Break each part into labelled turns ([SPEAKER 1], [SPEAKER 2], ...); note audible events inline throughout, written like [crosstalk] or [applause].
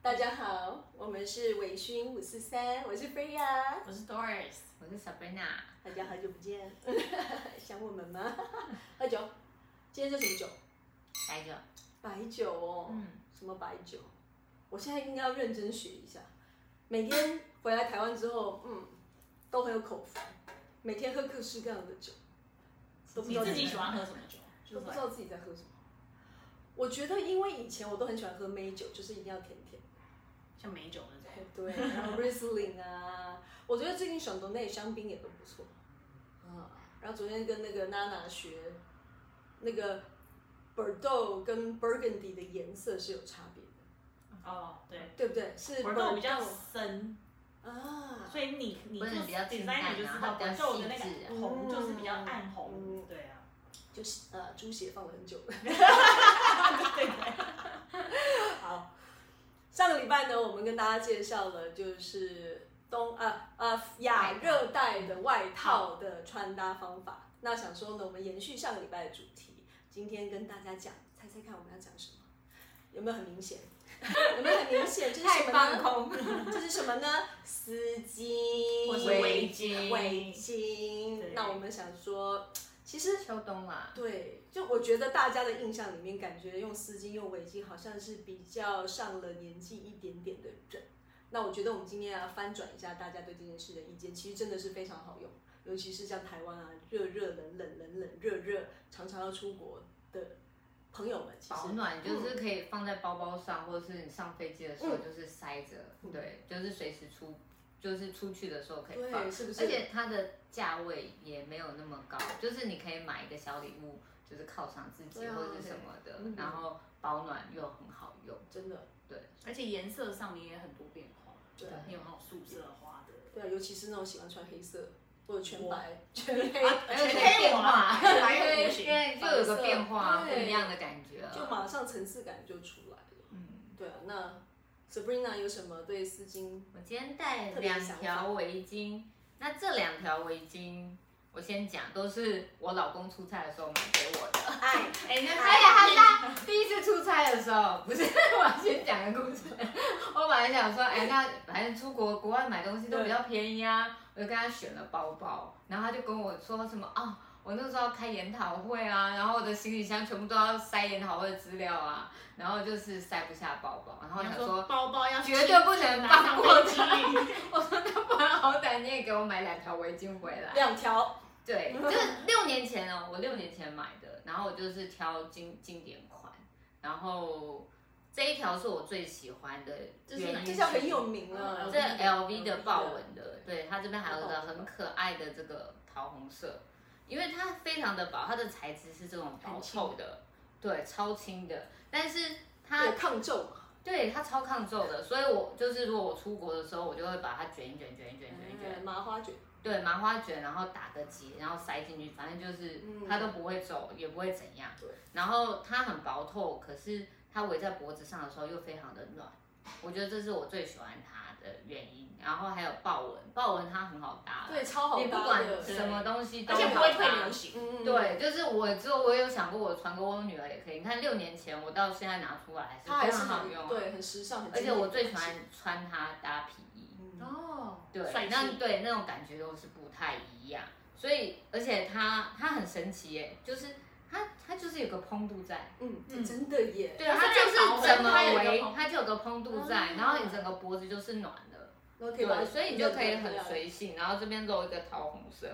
[SPEAKER 1] 大家好，我们是微醺五四三，我是 Freya，
[SPEAKER 2] 我是 Doris，
[SPEAKER 3] 我是 Sabrina，
[SPEAKER 1] 大家好久不见， [laughs] 想我们 [laughs] 吗？喝酒，今天这什么酒？
[SPEAKER 3] 白酒。
[SPEAKER 1] 白酒哦，
[SPEAKER 3] 嗯，
[SPEAKER 1] 什么白酒？我现在应该要认真学一下。每天回来台湾之后，嗯，都很有口福，每天喝各式各样的酒，都不知
[SPEAKER 2] 你
[SPEAKER 1] 道
[SPEAKER 2] 自己喜欢喝什么酒？
[SPEAKER 1] 都
[SPEAKER 2] 就是
[SPEAKER 1] 不知道自己在喝什么。我觉得，因为以前我都很喜欢喝美酒，就是一定要甜甜。
[SPEAKER 2] 像美酒那种。
[SPEAKER 1] [laughs] 对，然后 Riesling 啊，我觉得最近选的那香槟也都不错。啊，然后昨天跟那个娜娜学，那个 Bordeaux 跟 Burgundy 的颜色是有差别的，
[SPEAKER 2] 哦，对，
[SPEAKER 1] 对不对？是
[SPEAKER 2] 果冻比较深，
[SPEAKER 1] 啊，
[SPEAKER 2] 所以你你
[SPEAKER 3] 不
[SPEAKER 2] 就是是
[SPEAKER 3] 比较清淡啊
[SPEAKER 2] designer 就知道
[SPEAKER 3] 然后比较
[SPEAKER 2] 果冻的那
[SPEAKER 3] 细致
[SPEAKER 2] 个
[SPEAKER 1] 啊
[SPEAKER 2] 红就是比较暗红
[SPEAKER 1] 嗯，
[SPEAKER 2] 对
[SPEAKER 3] [laughs]
[SPEAKER 2] 啊，
[SPEAKER 1] 就是呃猪血放了很久了。
[SPEAKER 2] 对对，
[SPEAKER 1] 好，上个礼拜呢，我们跟大家介绍了就是东啊啊亚热带的外套的穿搭方法。那想说呢，我们延续上个礼拜的主题，今天跟大家讲，猜猜看我们要讲什么？有没有很明显？有没有很明显？这是什
[SPEAKER 2] [laughs]
[SPEAKER 1] 么呢？
[SPEAKER 2] 空，
[SPEAKER 1] 这是什么呢？丝
[SPEAKER 2] 或
[SPEAKER 1] 巾、
[SPEAKER 2] 是围
[SPEAKER 3] 巾
[SPEAKER 1] 围巾
[SPEAKER 2] 对。
[SPEAKER 1] 那我们想说，其实
[SPEAKER 3] 秋冬啦，
[SPEAKER 1] 对，就我觉得大家的印象里面，感觉用丝巾、用围巾好像是比较上了年纪一点点的人。那我觉得我们今天要翻转一下大家对这件事的意见，其实真的是非常好用，尤其是像台湾啊，热热冷冷冷冷热热，常常要出国的朋友们，其实
[SPEAKER 3] 保暖就是可以放在包包上，或者是你上飞机的
[SPEAKER 1] 嗯
[SPEAKER 3] 时候就是塞着，对，就是随时出，就是出去的时候可以放
[SPEAKER 1] 对，。是不是？
[SPEAKER 3] 而且它的价位也没有那么高，就是你可以买一个小礼物，就是犒赏自己
[SPEAKER 1] 对啊
[SPEAKER 3] 或者是什么的
[SPEAKER 1] 嗯，
[SPEAKER 3] 然后保暖又很好用。
[SPEAKER 1] 真的，
[SPEAKER 2] 而且颜色上面也很多变化，
[SPEAKER 1] 对啊
[SPEAKER 3] 对
[SPEAKER 2] 你有那种素色花的，
[SPEAKER 1] 对啊，尤其是那种喜欢穿黑色或者全
[SPEAKER 2] 我
[SPEAKER 1] 白、全黑，
[SPEAKER 3] [laughs]
[SPEAKER 1] 哎
[SPEAKER 3] 而且
[SPEAKER 2] 全
[SPEAKER 3] 可以
[SPEAKER 2] 黑
[SPEAKER 3] 变
[SPEAKER 2] 我啊
[SPEAKER 3] 化，
[SPEAKER 2] 全白我不行
[SPEAKER 3] 对，就有个变化，
[SPEAKER 1] 白
[SPEAKER 3] 不
[SPEAKER 1] 色
[SPEAKER 3] 一样的感觉。
[SPEAKER 1] 就马上层次感就出来了。
[SPEAKER 3] 啊嗯，
[SPEAKER 1] 对啊，那 Sabrina 有什么对丝巾
[SPEAKER 3] 我今天带两条围巾，那这两条围巾我先讲，都是我老公出差的时候买给 [laughs] 我的。
[SPEAKER 1] 爱？
[SPEAKER 2] 哎，那
[SPEAKER 3] 而且他是他第一次出差的时候，不是我要先讲个故事。我本来想说，哎，那反正出国国外买东西都比较便宜啊，我就跟他选了包包，然后他就跟我说什么啊、我那时候要开研讨会啊，然后我的行李箱全部都要塞研讨会的资料啊，然后就是塞不下包包，然后我想说
[SPEAKER 2] 包包要
[SPEAKER 3] 绝对不能
[SPEAKER 2] 拿
[SPEAKER 3] 放
[SPEAKER 2] 上
[SPEAKER 3] 过
[SPEAKER 2] 飞
[SPEAKER 3] 它。
[SPEAKER 2] 机，
[SPEAKER 3] 我说那 [laughs] 不然好歹你也给我买两条围巾回来。
[SPEAKER 1] 两条，
[SPEAKER 3] 对，就是六年前哦，我六年前买的，然后我就是挑经经典款，然后这一条是我最喜欢的
[SPEAKER 2] 这是哪
[SPEAKER 3] 原
[SPEAKER 2] 一
[SPEAKER 3] 因
[SPEAKER 1] 这
[SPEAKER 3] 是，
[SPEAKER 1] 条很有名了。嗯
[SPEAKER 3] 这 LV
[SPEAKER 2] LV 的
[SPEAKER 3] 的豹纹的，对，它这边还有一
[SPEAKER 1] 豹
[SPEAKER 3] 个
[SPEAKER 1] 纹
[SPEAKER 3] 很可爱的这个桃红色，因为它非常的薄，它的材质是这种薄透的，对，超轻的，但是它
[SPEAKER 1] 有抗皱嘛？
[SPEAKER 3] 对它超抗皱的，所以我就是如果我出国的时候，我就会把它卷一卷卷一卷卷一卷，
[SPEAKER 1] 嗯麻花卷，
[SPEAKER 3] 对，麻花卷，然后打个结，然后塞进去，反正就是
[SPEAKER 1] 嗯
[SPEAKER 3] 它都不会走，也不会怎样。
[SPEAKER 1] 对，
[SPEAKER 3] 然后它很薄透，可是它围在脖子上的时候又非常的暖，我觉得这是我最喜欢它的原因。然后还有豹纹，豹纹它很好搭，
[SPEAKER 1] 对，，超好
[SPEAKER 3] 你不
[SPEAKER 1] 搭
[SPEAKER 3] 管
[SPEAKER 1] 的。
[SPEAKER 3] 什么东西都
[SPEAKER 2] 而且
[SPEAKER 3] 好
[SPEAKER 2] 不会
[SPEAKER 3] 搭
[SPEAKER 2] 退流行。
[SPEAKER 1] 嗯，
[SPEAKER 3] 对，就是我之后我有想过，我传给我女儿也可以。你看六年前我到现在拿出来还是
[SPEAKER 1] 它还
[SPEAKER 3] 非
[SPEAKER 1] 是
[SPEAKER 3] 常好
[SPEAKER 1] 很
[SPEAKER 3] 用，，啊
[SPEAKER 1] 对，很时尚，很
[SPEAKER 3] 而
[SPEAKER 1] 经
[SPEAKER 3] 且
[SPEAKER 1] 典
[SPEAKER 3] 我最喜欢穿它搭皮衣。 [laughs]
[SPEAKER 1] 嗯
[SPEAKER 2] 哦，
[SPEAKER 3] 对，
[SPEAKER 2] 帅气
[SPEAKER 3] 那对那种感觉又是不太一样。所以，而且它它很神奇耶，就是它它就是有个蓬度在，
[SPEAKER 1] 嗯，
[SPEAKER 2] 嗯
[SPEAKER 1] 真的耶。
[SPEAKER 3] 对，
[SPEAKER 2] 它
[SPEAKER 3] 它
[SPEAKER 2] 虽
[SPEAKER 3] 就
[SPEAKER 2] 然薄
[SPEAKER 3] 是怎么
[SPEAKER 2] 但是它有一
[SPEAKER 3] 围
[SPEAKER 2] 个蓬，
[SPEAKER 3] 它就有个蓬度在，
[SPEAKER 1] 啊
[SPEAKER 3] 然后你整个脖子就是暖的，
[SPEAKER 1] 然后可以把，
[SPEAKER 3] 对，所以你就可以很
[SPEAKER 1] 冷
[SPEAKER 3] 随性，然后这边露一个桃红色，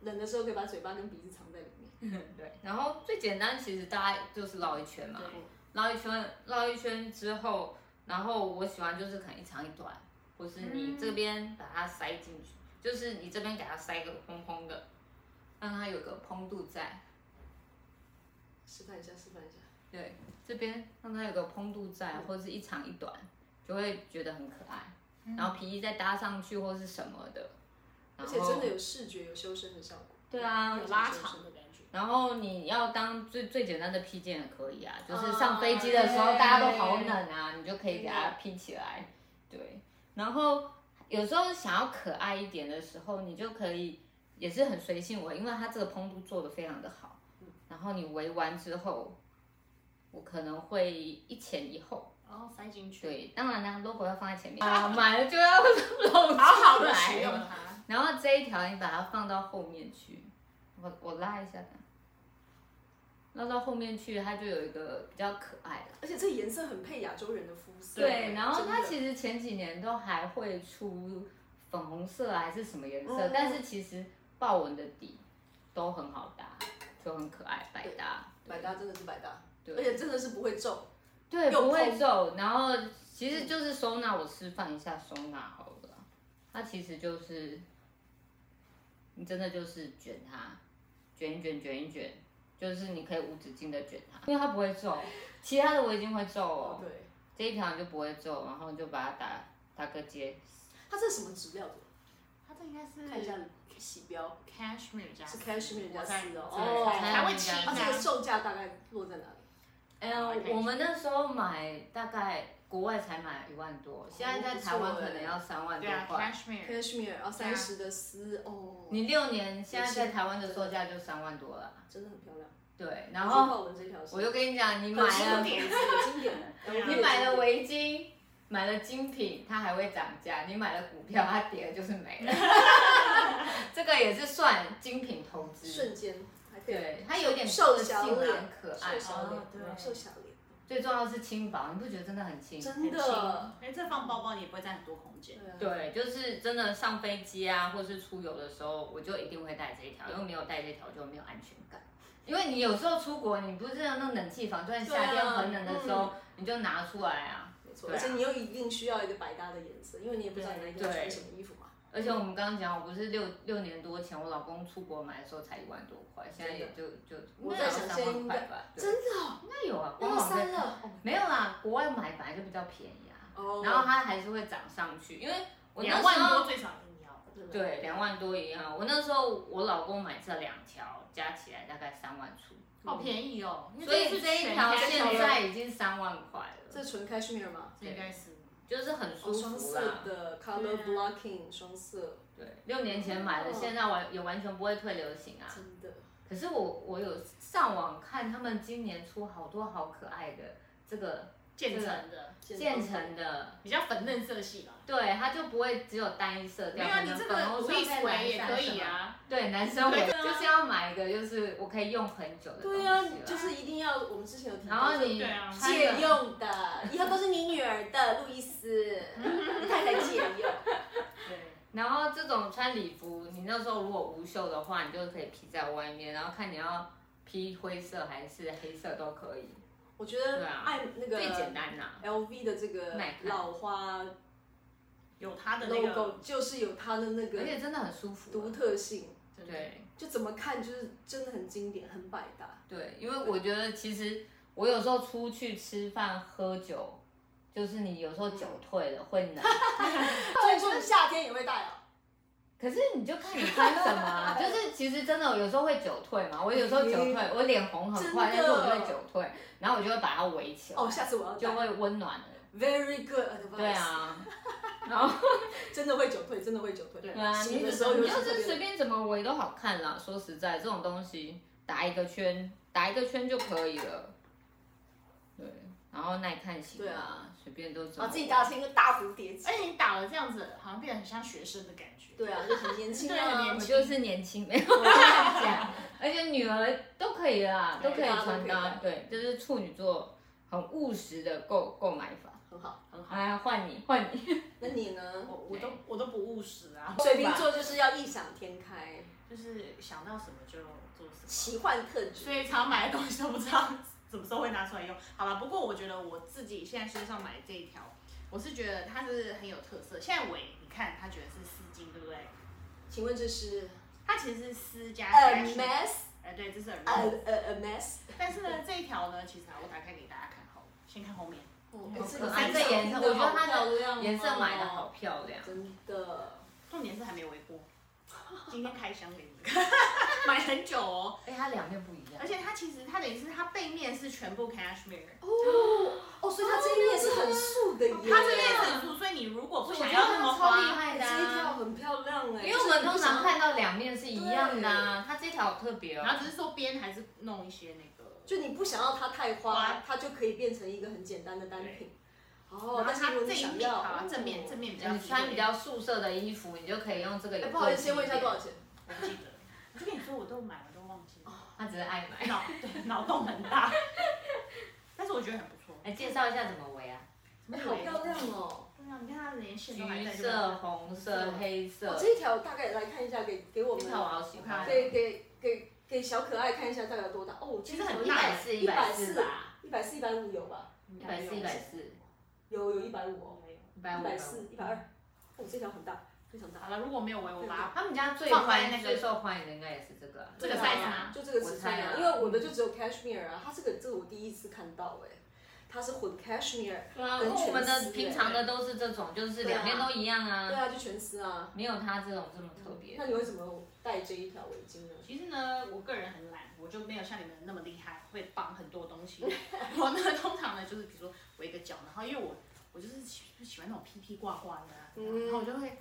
[SPEAKER 1] 冷的时候可以把嘴巴跟鼻子藏在里面。 [laughs]
[SPEAKER 3] 对，然后最简单其实大概就是绕一圈嘛，绕一圈，绕一圈之后，然后我喜欢就是可能一长一短，或是你
[SPEAKER 2] 嗯
[SPEAKER 3] 这边把它塞进去，就是你这边给它塞个蓬蓬的，让它有个蓬度在。
[SPEAKER 1] 示范一下，示范一下。
[SPEAKER 3] 对，这边让它有个蓬度在，或是一长一短，就会觉得很可爱。然后皮衣再搭上去或是什么的，
[SPEAKER 1] 嗯而
[SPEAKER 3] 然
[SPEAKER 1] 且
[SPEAKER 3] 后
[SPEAKER 1] 真的有视觉、有修身的效果。
[SPEAKER 3] 对啊
[SPEAKER 1] 有
[SPEAKER 2] 拉
[SPEAKER 1] 修身
[SPEAKER 2] 长
[SPEAKER 1] 的感觉。
[SPEAKER 3] 然后你要当最最简单的披肩也可以啊，就是
[SPEAKER 1] 哦
[SPEAKER 3] 上飞机的时候
[SPEAKER 2] 对
[SPEAKER 3] 大家都好冷啊，你就可以给它披起来。对，然后有时候想要可爱一点的时候，你就可以也是很随性围，因为它这个蓬度做的非常的好。然后你围完之后，我可能会一前一后，
[SPEAKER 2] 然后哦塞进去，，
[SPEAKER 3] 对，当然啦，logo 要放在前面啊，买了就要露
[SPEAKER 2] 好好
[SPEAKER 3] 出
[SPEAKER 2] 的
[SPEAKER 3] 来
[SPEAKER 2] 使用它。
[SPEAKER 3] 然后这一条你把它放到后面去，我我拉一下它，拉到后面去，它就有一个比较可爱了。
[SPEAKER 1] 而且这颜色很配亚洲人的肤色。
[SPEAKER 3] 对，然后
[SPEAKER 1] 真的
[SPEAKER 3] 它其实前几年都还会出粉红色啊还是什么颜色，
[SPEAKER 1] 嗯
[SPEAKER 3] 但是其实豹纹的底都很好搭，就很可爱，百搭。
[SPEAKER 1] 百搭真的是百搭，
[SPEAKER 3] 对
[SPEAKER 1] 而且真的是不会皱。
[SPEAKER 3] 对，
[SPEAKER 1] 又
[SPEAKER 3] 不会
[SPEAKER 1] 空
[SPEAKER 3] 皱。然后其实就是收纳，我示范一下收纳好了。它其实就是，你真的就是卷它，卷一卷，卷一卷，就是你可以无止境的卷它，因为它不会皱。其他的我已经会皱哦，
[SPEAKER 1] 对，
[SPEAKER 3] 这一条你就不会皱，然后你就把它打打个结。
[SPEAKER 1] 它这是什么质料的？
[SPEAKER 2] 它这应该是
[SPEAKER 1] 看一下洗标，
[SPEAKER 2] cashmere 加
[SPEAKER 1] 是 cashmere 加
[SPEAKER 2] 我
[SPEAKER 1] 丝
[SPEAKER 2] 在
[SPEAKER 1] 的
[SPEAKER 2] 我
[SPEAKER 1] 哦
[SPEAKER 2] 在才会
[SPEAKER 3] 才
[SPEAKER 2] 轻
[SPEAKER 3] 会
[SPEAKER 1] 它这个
[SPEAKER 2] 啊。
[SPEAKER 1] 售价大概落在哪里？
[SPEAKER 3] 嗯、
[SPEAKER 2] 还可以
[SPEAKER 3] 我们那时候买大概国外才买一万多，现在在台湾可能要三万多
[SPEAKER 2] 对啊
[SPEAKER 3] 块。
[SPEAKER 2] ，cashmere
[SPEAKER 1] cashmere，然后三十的丝哦，
[SPEAKER 3] 你六年现在在台湾的售价就三万多了。
[SPEAKER 1] 真的很漂亮。
[SPEAKER 3] 对，然后
[SPEAKER 1] 豹纹这条是
[SPEAKER 3] 我就跟你讲，你买
[SPEAKER 1] 很
[SPEAKER 3] 了
[SPEAKER 1] 经典，很经典的，
[SPEAKER 2] 对啊
[SPEAKER 3] 你买了围巾，买了精品，它还会涨价；你买了股票，它跌了就是
[SPEAKER 1] [laughs]
[SPEAKER 3] 没了。这个也是算精品投资，
[SPEAKER 1] 瞬间还可以
[SPEAKER 3] 对，它有点
[SPEAKER 1] 瘦
[SPEAKER 3] 个性
[SPEAKER 1] 小
[SPEAKER 3] 啊，
[SPEAKER 1] 脸
[SPEAKER 3] 很可
[SPEAKER 1] 瘦。
[SPEAKER 3] 爱
[SPEAKER 1] 小脸
[SPEAKER 2] 哦，对
[SPEAKER 1] 瘦小脸，
[SPEAKER 3] 最重要的是轻薄，你不觉得真的很轻？
[SPEAKER 1] 真的，
[SPEAKER 2] 哎，这放包包你也不会占很多空间。
[SPEAKER 1] 啊，
[SPEAKER 3] 对，就是真的上飞机啊，或是出游的时候，我就一定会带这一条，因为没有带这条就没有安全感。因为你有时候出国，你不是那种冷气房，突然夏
[SPEAKER 1] 对
[SPEAKER 3] 天
[SPEAKER 1] 啊
[SPEAKER 3] 很冷的时候，你就拿出来啊。
[SPEAKER 1] 没错，
[SPEAKER 3] 对
[SPEAKER 1] 而
[SPEAKER 3] 啊
[SPEAKER 1] 且你又一定需要一个百搭的颜色，因为你也不知道你
[SPEAKER 3] 对
[SPEAKER 1] 一定要穿
[SPEAKER 3] 对
[SPEAKER 1] 什么衣服嘛。
[SPEAKER 3] 而且我们刚刚讲，我不是六六年多前我老公出国买的时候才一万多块，现在也就就
[SPEAKER 1] 我在想
[SPEAKER 3] 三万
[SPEAKER 1] 现在
[SPEAKER 3] 块
[SPEAKER 1] 应该
[SPEAKER 3] 吧，对
[SPEAKER 1] 真的哦，
[SPEAKER 3] 应该有啊，
[SPEAKER 1] 那么
[SPEAKER 3] 官网
[SPEAKER 1] 三
[SPEAKER 3] 的
[SPEAKER 1] 了，
[SPEAKER 3] 没有啦，国外买本来就比较便宜啊，
[SPEAKER 1] 哦
[SPEAKER 3] 然后它还是会涨上去，因为我那
[SPEAKER 2] 两
[SPEAKER 3] 时
[SPEAKER 2] 万多
[SPEAKER 3] 候
[SPEAKER 2] 最少一定要，
[SPEAKER 3] 对两万多一样，我那时候我老公买这两条加起来大概三万出，
[SPEAKER 2] 好便宜哦。因为
[SPEAKER 3] 所以
[SPEAKER 2] 是
[SPEAKER 3] 这一
[SPEAKER 2] 全
[SPEAKER 3] 条
[SPEAKER 2] 家
[SPEAKER 3] 现
[SPEAKER 2] 的
[SPEAKER 3] 在已经三万块了，
[SPEAKER 1] 这纯 cashmere 吗？
[SPEAKER 2] 这应该是
[SPEAKER 3] 就是很舒
[SPEAKER 1] 哦，双
[SPEAKER 3] 服啦。
[SPEAKER 1] 色的 color
[SPEAKER 2] 对啊
[SPEAKER 1] blocking 双色，
[SPEAKER 3] 对，六年前买的，
[SPEAKER 1] 哦
[SPEAKER 3] 现在完也完全不会退流行啊。
[SPEAKER 1] 真的
[SPEAKER 3] 可是我我有上网看，他们今年出好多好可爱的这个
[SPEAKER 2] 渐层的，
[SPEAKER 3] 渐层的，
[SPEAKER 2] 比较粉嫩色系吧。
[SPEAKER 3] 对，它就不会只有啊单一色
[SPEAKER 2] 没
[SPEAKER 3] 调，
[SPEAKER 2] 有，
[SPEAKER 3] 可
[SPEAKER 2] 啊你
[SPEAKER 3] 能
[SPEAKER 2] 这
[SPEAKER 3] 粉
[SPEAKER 2] 个
[SPEAKER 3] 红
[SPEAKER 2] 独
[SPEAKER 3] 色
[SPEAKER 2] 立
[SPEAKER 3] 配
[SPEAKER 2] 围
[SPEAKER 3] 蓝
[SPEAKER 2] 也
[SPEAKER 3] 色
[SPEAKER 2] 可
[SPEAKER 3] 什
[SPEAKER 2] 以
[SPEAKER 3] 么。
[SPEAKER 2] 啊。
[SPEAKER 3] 对，男生
[SPEAKER 2] 对
[SPEAKER 3] 我
[SPEAKER 2] 啊
[SPEAKER 3] 就是要买一个，就是我可以用很久的东西
[SPEAKER 1] 对
[SPEAKER 3] 啦
[SPEAKER 1] 啊，就是一定要我们之前有提
[SPEAKER 3] 然
[SPEAKER 1] 到
[SPEAKER 3] 后
[SPEAKER 1] 的，
[SPEAKER 3] 你
[SPEAKER 2] 对啊
[SPEAKER 3] 穿一个
[SPEAKER 1] 借用的，以后都是你女儿的，路易斯，你太太借用，
[SPEAKER 2] 对，
[SPEAKER 3] 然后这种穿礼服，你那时候如果无袖的话，你就可以披在外面，然后看你要披灰色还是黑色都可以，
[SPEAKER 1] 我觉得
[SPEAKER 3] 对啊
[SPEAKER 1] 爱那
[SPEAKER 3] 最简
[SPEAKER 1] 个
[SPEAKER 3] 单啦、
[SPEAKER 1] LV 的这个
[SPEAKER 3] 耐看
[SPEAKER 1] 老花
[SPEAKER 2] 有它的那个
[SPEAKER 1] logo 就是有它的那
[SPEAKER 3] 而
[SPEAKER 1] 个
[SPEAKER 3] 且真的很舒服、啊
[SPEAKER 1] 独特性，
[SPEAKER 2] 真的
[SPEAKER 3] 对
[SPEAKER 1] 就怎么看就是真的很经典，很百搭。
[SPEAKER 3] 对，因为我觉得其实我有时候出去吃饭喝酒，就是你有时
[SPEAKER 1] 嗯
[SPEAKER 3] 候酒退了会冷，
[SPEAKER 1] 所以说你夏天也会戴哦，
[SPEAKER 3] 可是你就看你穿什么
[SPEAKER 1] [laughs]
[SPEAKER 3] 啊，就是其实真的有时候会酒退嘛，我有时候酒退，我脸红很快，但
[SPEAKER 1] 哎真的
[SPEAKER 3] 是我就会酒退，然后我就会把它围起来，
[SPEAKER 1] 哦，下次我要
[SPEAKER 3] 就
[SPEAKER 1] 戴。
[SPEAKER 3] 会温暖了。
[SPEAKER 1] Very good advice。
[SPEAKER 3] 对，啊，然后
[SPEAKER 1] 真的会久退，真的会久退。
[SPEAKER 2] 对
[SPEAKER 3] 对啊，
[SPEAKER 1] 洗
[SPEAKER 3] 你
[SPEAKER 1] 的时候
[SPEAKER 3] 你
[SPEAKER 1] 有
[SPEAKER 3] 就
[SPEAKER 1] 什么
[SPEAKER 3] 是随便怎么围都好看啦。说实在，这种东西打一个圈，打一个圈就可以了。对，然后耐看型
[SPEAKER 1] 对
[SPEAKER 3] 啊
[SPEAKER 1] 啊，
[SPEAKER 3] 随便都怎么
[SPEAKER 1] 啊，
[SPEAKER 3] 围。
[SPEAKER 1] 自己搭成一个大蝴蝶结
[SPEAKER 2] 而。且你打了这样子，好像变得很像学生的感觉。 [laughs]
[SPEAKER 1] 对啊，就很年轻啊，
[SPEAKER 2] 对很年
[SPEAKER 3] 我
[SPEAKER 2] 轻
[SPEAKER 3] 就是年轻，没有这样讲， [laughs] 而且女儿都可以啦，都
[SPEAKER 1] 对
[SPEAKER 3] 可以
[SPEAKER 1] 大家都
[SPEAKER 3] 穿
[SPEAKER 1] 可以
[SPEAKER 3] 搭
[SPEAKER 1] 搭。
[SPEAKER 3] 对，这是处女座很务实的购购买法。
[SPEAKER 1] 很好。
[SPEAKER 2] 很好。
[SPEAKER 3] 哎呀，换你，换你。
[SPEAKER 1] 那你呢？
[SPEAKER 2] 我我都我都不务实啊，
[SPEAKER 1] 水瓶座就是要异想天开，
[SPEAKER 2] 就是想到什么就做什么。
[SPEAKER 1] 奇幻特
[SPEAKER 2] 所
[SPEAKER 1] 质。
[SPEAKER 2] 以常买的东西都不知道什么时候会拿出来用。好了，不过我觉得我自己现在身上买这一条，我是觉得它是很有特色。现在尾你看，它觉得是丝巾，对不对？
[SPEAKER 1] 请问这是
[SPEAKER 2] 它其实是丝加
[SPEAKER 1] a
[SPEAKER 2] 加
[SPEAKER 1] mess
[SPEAKER 2] 哎，对，这是耳
[SPEAKER 1] a
[SPEAKER 2] 麦。
[SPEAKER 1] a a mess？
[SPEAKER 2] 但是呢，这一条呢，其实啊，我打开给大家看好了，先看后面，
[SPEAKER 1] 哦
[SPEAKER 3] 好
[SPEAKER 1] 这
[SPEAKER 3] 可
[SPEAKER 1] 个
[SPEAKER 3] 爱，
[SPEAKER 1] 色
[SPEAKER 3] 这颜色，我觉得它
[SPEAKER 1] 好漂
[SPEAKER 3] 的
[SPEAKER 1] 亮
[SPEAKER 3] [laughs] 颜色买的好
[SPEAKER 1] 哦，
[SPEAKER 3] 漂亮。
[SPEAKER 1] 真的。
[SPEAKER 2] 重点是还没围 [laughs] 过。今天开箱给你们 [laughs] 看，买很久哦，
[SPEAKER 3] 哎，它两面不一样
[SPEAKER 2] 而。且它其实它等于是它背面是全部 cashmere，
[SPEAKER 1] 哦哦，所以它这一面是很素
[SPEAKER 3] 哦
[SPEAKER 1] 的耶，
[SPEAKER 2] 它这面很粗，所以你如果不想要那么
[SPEAKER 3] 超厉
[SPEAKER 2] 花，
[SPEAKER 3] 害
[SPEAKER 1] 哎
[SPEAKER 3] 的、啊
[SPEAKER 1] 这一条很漂亮哎，
[SPEAKER 3] 因为我们通常看到两面是一样的、啊，它这条好特别
[SPEAKER 2] 然
[SPEAKER 3] 哦。
[SPEAKER 2] 后只是说边还是弄一些那个，
[SPEAKER 1] 就你不想要它太花
[SPEAKER 2] 花，
[SPEAKER 1] 它就可以变成一个很简单的单品。哦
[SPEAKER 3] 哦
[SPEAKER 1] 们想
[SPEAKER 2] 另一面
[SPEAKER 1] 要。哦
[SPEAKER 2] 好啊，正面正面比较
[SPEAKER 3] 你穿比
[SPEAKER 2] 体
[SPEAKER 3] 较素色的衣服，你就可以用这个有
[SPEAKER 1] 哎，
[SPEAKER 3] 够体面。
[SPEAKER 1] 不好意思，先问一下多少钱？
[SPEAKER 2] 面，我记得。哦哎我就跟你说，我都买了，我都忘记了，
[SPEAKER 3] 他只是爱买。
[SPEAKER 2] 脑 [laughs] 对脑洞很大，但是我觉得很不错。
[SPEAKER 3] 来哎介绍一下怎么围啊？
[SPEAKER 1] 哎，好漂亮哦！
[SPEAKER 2] 对啊，你看它连线都还
[SPEAKER 3] 橘
[SPEAKER 2] 在。
[SPEAKER 3] 色、红色、黑
[SPEAKER 1] 我
[SPEAKER 3] 色。
[SPEAKER 1] 哦这一条大概来看一下，给给我
[SPEAKER 3] 这条
[SPEAKER 1] 们，
[SPEAKER 3] 我好喜欢。
[SPEAKER 1] 给给给给小可爱看一下大概有多大哦，
[SPEAKER 2] 其实很
[SPEAKER 3] 一
[SPEAKER 1] 大，
[SPEAKER 3] 百四，一百四吧，
[SPEAKER 1] 一百四、一百五有吧？
[SPEAKER 2] 一
[SPEAKER 3] 一百四，一百四，
[SPEAKER 1] 有有一百五哦，
[SPEAKER 3] 一
[SPEAKER 1] 一
[SPEAKER 3] 百
[SPEAKER 1] 百
[SPEAKER 3] 五
[SPEAKER 1] 四、。一百二，哦，这条很大，非常大。
[SPEAKER 2] 好了，如果没有围，我把
[SPEAKER 3] 他们家最
[SPEAKER 2] 放在那
[SPEAKER 3] 欢、
[SPEAKER 2] 个
[SPEAKER 3] 最受欢迎的应该也是这个啊。
[SPEAKER 2] 这个 size 吗
[SPEAKER 1] 就这个尺寸
[SPEAKER 3] 我猜
[SPEAKER 1] 啊
[SPEAKER 3] 啊，
[SPEAKER 1] 因为我的就只有 cashmere 啊，它这个这个我第一次看到哎，它是混 cashmere，
[SPEAKER 3] 对啊，
[SPEAKER 1] 跟
[SPEAKER 3] 因为我们
[SPEAKER 1] 全
[SPEAKER 3] 的
[SPEAKER 1] 丝
[SPEAKER 3] 平
[SPEAKER 1] 欸
[SPEAKER 3] 常的都是这种，就是
[SPEAKER 1] 对啊
[SPEAKER 3] 两边都一样
[SPEAKER 2] 嗯
[SPEAKER 1] 对
[SPEAKER 3] 啊，
[SPEAKER 1] 啊，就全丝啊。
[SPEAKER 3] 没有它这种这么特别。
[SPEAKER 1] 那你为什么带这一条围巾呢？
[SPEAKER 2] 其实呢，我个人很懒，我就没有像你们那么厉害，会绑很多东西。我呢，通常呢，就是比如说围一个角，然后因为我我就是喜喜欢那种披披挂挂的啊、
[SPEAKER 1] 嗯
[SPEAKER 2] 然后我就会啊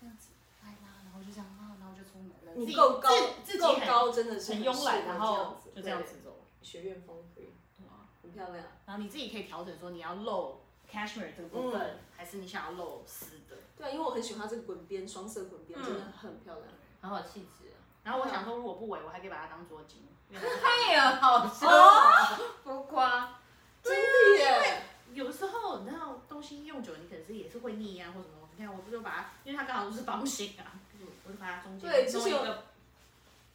[SPEAKER 2] 这样子来拉，然后就这样拉，然后就出门了。自
[SPEAKER 1] 你
[SPEAKER 2] 己
[SPEAKER 1] 够高
[SPEAKER 2] 自，自己
[SPEAKER 1] 够
[SPEAKER 2] 很
[SPEAKER 1] 高，真的是
[SPEAKER 2] 很
[SPEAKER 1] 适合
[SPEAKER 2] 慵懒，然后就
[SPEAKER 1] 这
[SPEAKER 2] 这
[SPEAKER 1] 样
[SPEAKER 2] 样
[SPEAKER 1] 子
[SPEAKER 2] 子走。
[SPEAKER 1] 对学院风格
[SPEAKER 2] 对啊
[SPEAKER 1] 很漂亮。
[SPEAKER 2] 然后你自己可以调整说你要露 cashmere 这个部分，
[SPEAKER 1] 嗯
[SPEAKER 2] 还是你想要露丝的。
[SPEAKER 1] 对啊，因为我很喜欢它这个滚边，双色滚
[SPEAKER 2] 嗯
[SPEAKER 1] 边、真的很漂亮。
[SPEAKER 3] 好有气质啊。
[SPEAKER 2] 然后我想说，如果不围，我还可以把它当桌巾。因为
[SPEAKER 3] 哎呀，好
[SPEAKER 1] 哦
[SPEAKER 3] 说， [laughs] 浮夸。
[SPEAKER 1] 真的耶！
[SPEAKER 2] 有时候你知道东西用久，了，你可能是也是会腻啊，或什么。你看，我不就把它，因为它刚好就是方形啊， [laughs] 我就把它中间
[SPEAKER 1] 对
[SPEAKER 2] 弄
[SPEAKER 1] 之
[SPEAKER 2] 一
[SPEAKER 1] 前
[SPEAKER 2] 个。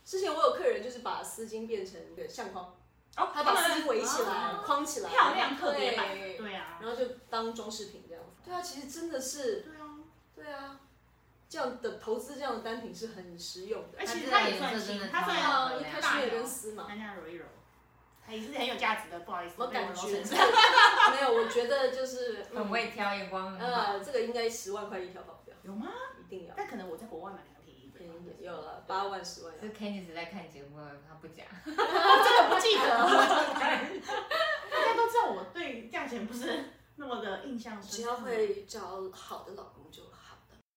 [SPEAKER 1] 之前我有客人就是把丝巾变成一个相框，
[SPEAKER 2] 哦
[SPEAKER 1] 他把丝巾围起来、
[SPEAKER 2] 哦
[SPEAKER 1] 框起来，
[SPEAKER 2] 漂亮特别版。
[SPEAKER 1] 对，
[SPEAKER 2] 对啊，
[SPEAKER 1] 然后就当装饰品这样子。对啊，其实真的是，
[SPEAKER 2] 对啊，
[SPEAKER 1] 对啊，这样的投资这样的单品是很实用的。
[SPEAKER 2] 而且
[SPEAKER 3] 这
[SPEAKER 2] 它
[SPEAKER 3] 个
[SPEAKER 2] 也算
[SPEAKER 3] 颜色
[SPEAKER 2] 新
[SPEAKER 3] 真的，
[SPEAKER 2] 它
[SPEAKER 3] 超
[SPEAKER 2] 算
[SPEAKER 3] 好
[SPEAKER 2] 要
[SPEAKER 1] 啊，
[SPEAKER 3] 漂
[SPEAKER 1] 一开
[SPEAKER 3] 亮
[SPEAKER 1] 始也跟丝嘛，
[SPEAKER 2] 大家揉一揉，它也是很有价值的。不好意思，
[SPEAKER 1] 我
[SPEAKER 2] 被
[SPEAKER 1] 感
[SPEAKER 2] 揉
[SPEAKER 1] 觉
[SPEAKER 2] 成这样
[SPEAKER 1] [laughs] 没有，我觉得就是
[SPEAKER 3] 很
[SPEAKER 1] 味。
[SPEAKER 3] 会挑，眼光很好。
[SPEAKER 1] 呃，这个应该十万块一条跑不掉，
[SPEAKER 2] 有吗？
[SPEAKER 1] 一定要。
[SPEAKER 2] 但可能我在国外买的便宜一点
[SPEAKER 1] 便
[SPEAKER 2] 吧，
[SPEAKER 1] 宜点有了八万十万，
[SPEAKER 3] 是 Kenny 一直在看节目，他不讲。
[SPEAKER 2] 我真的不记得。
[SPEAKER 1] [laughs]
[SPEAKER 2] 大家都知道我对价钱不是那么的印象深刻。
[SPEAKER 1] 只要会找好的老公就好。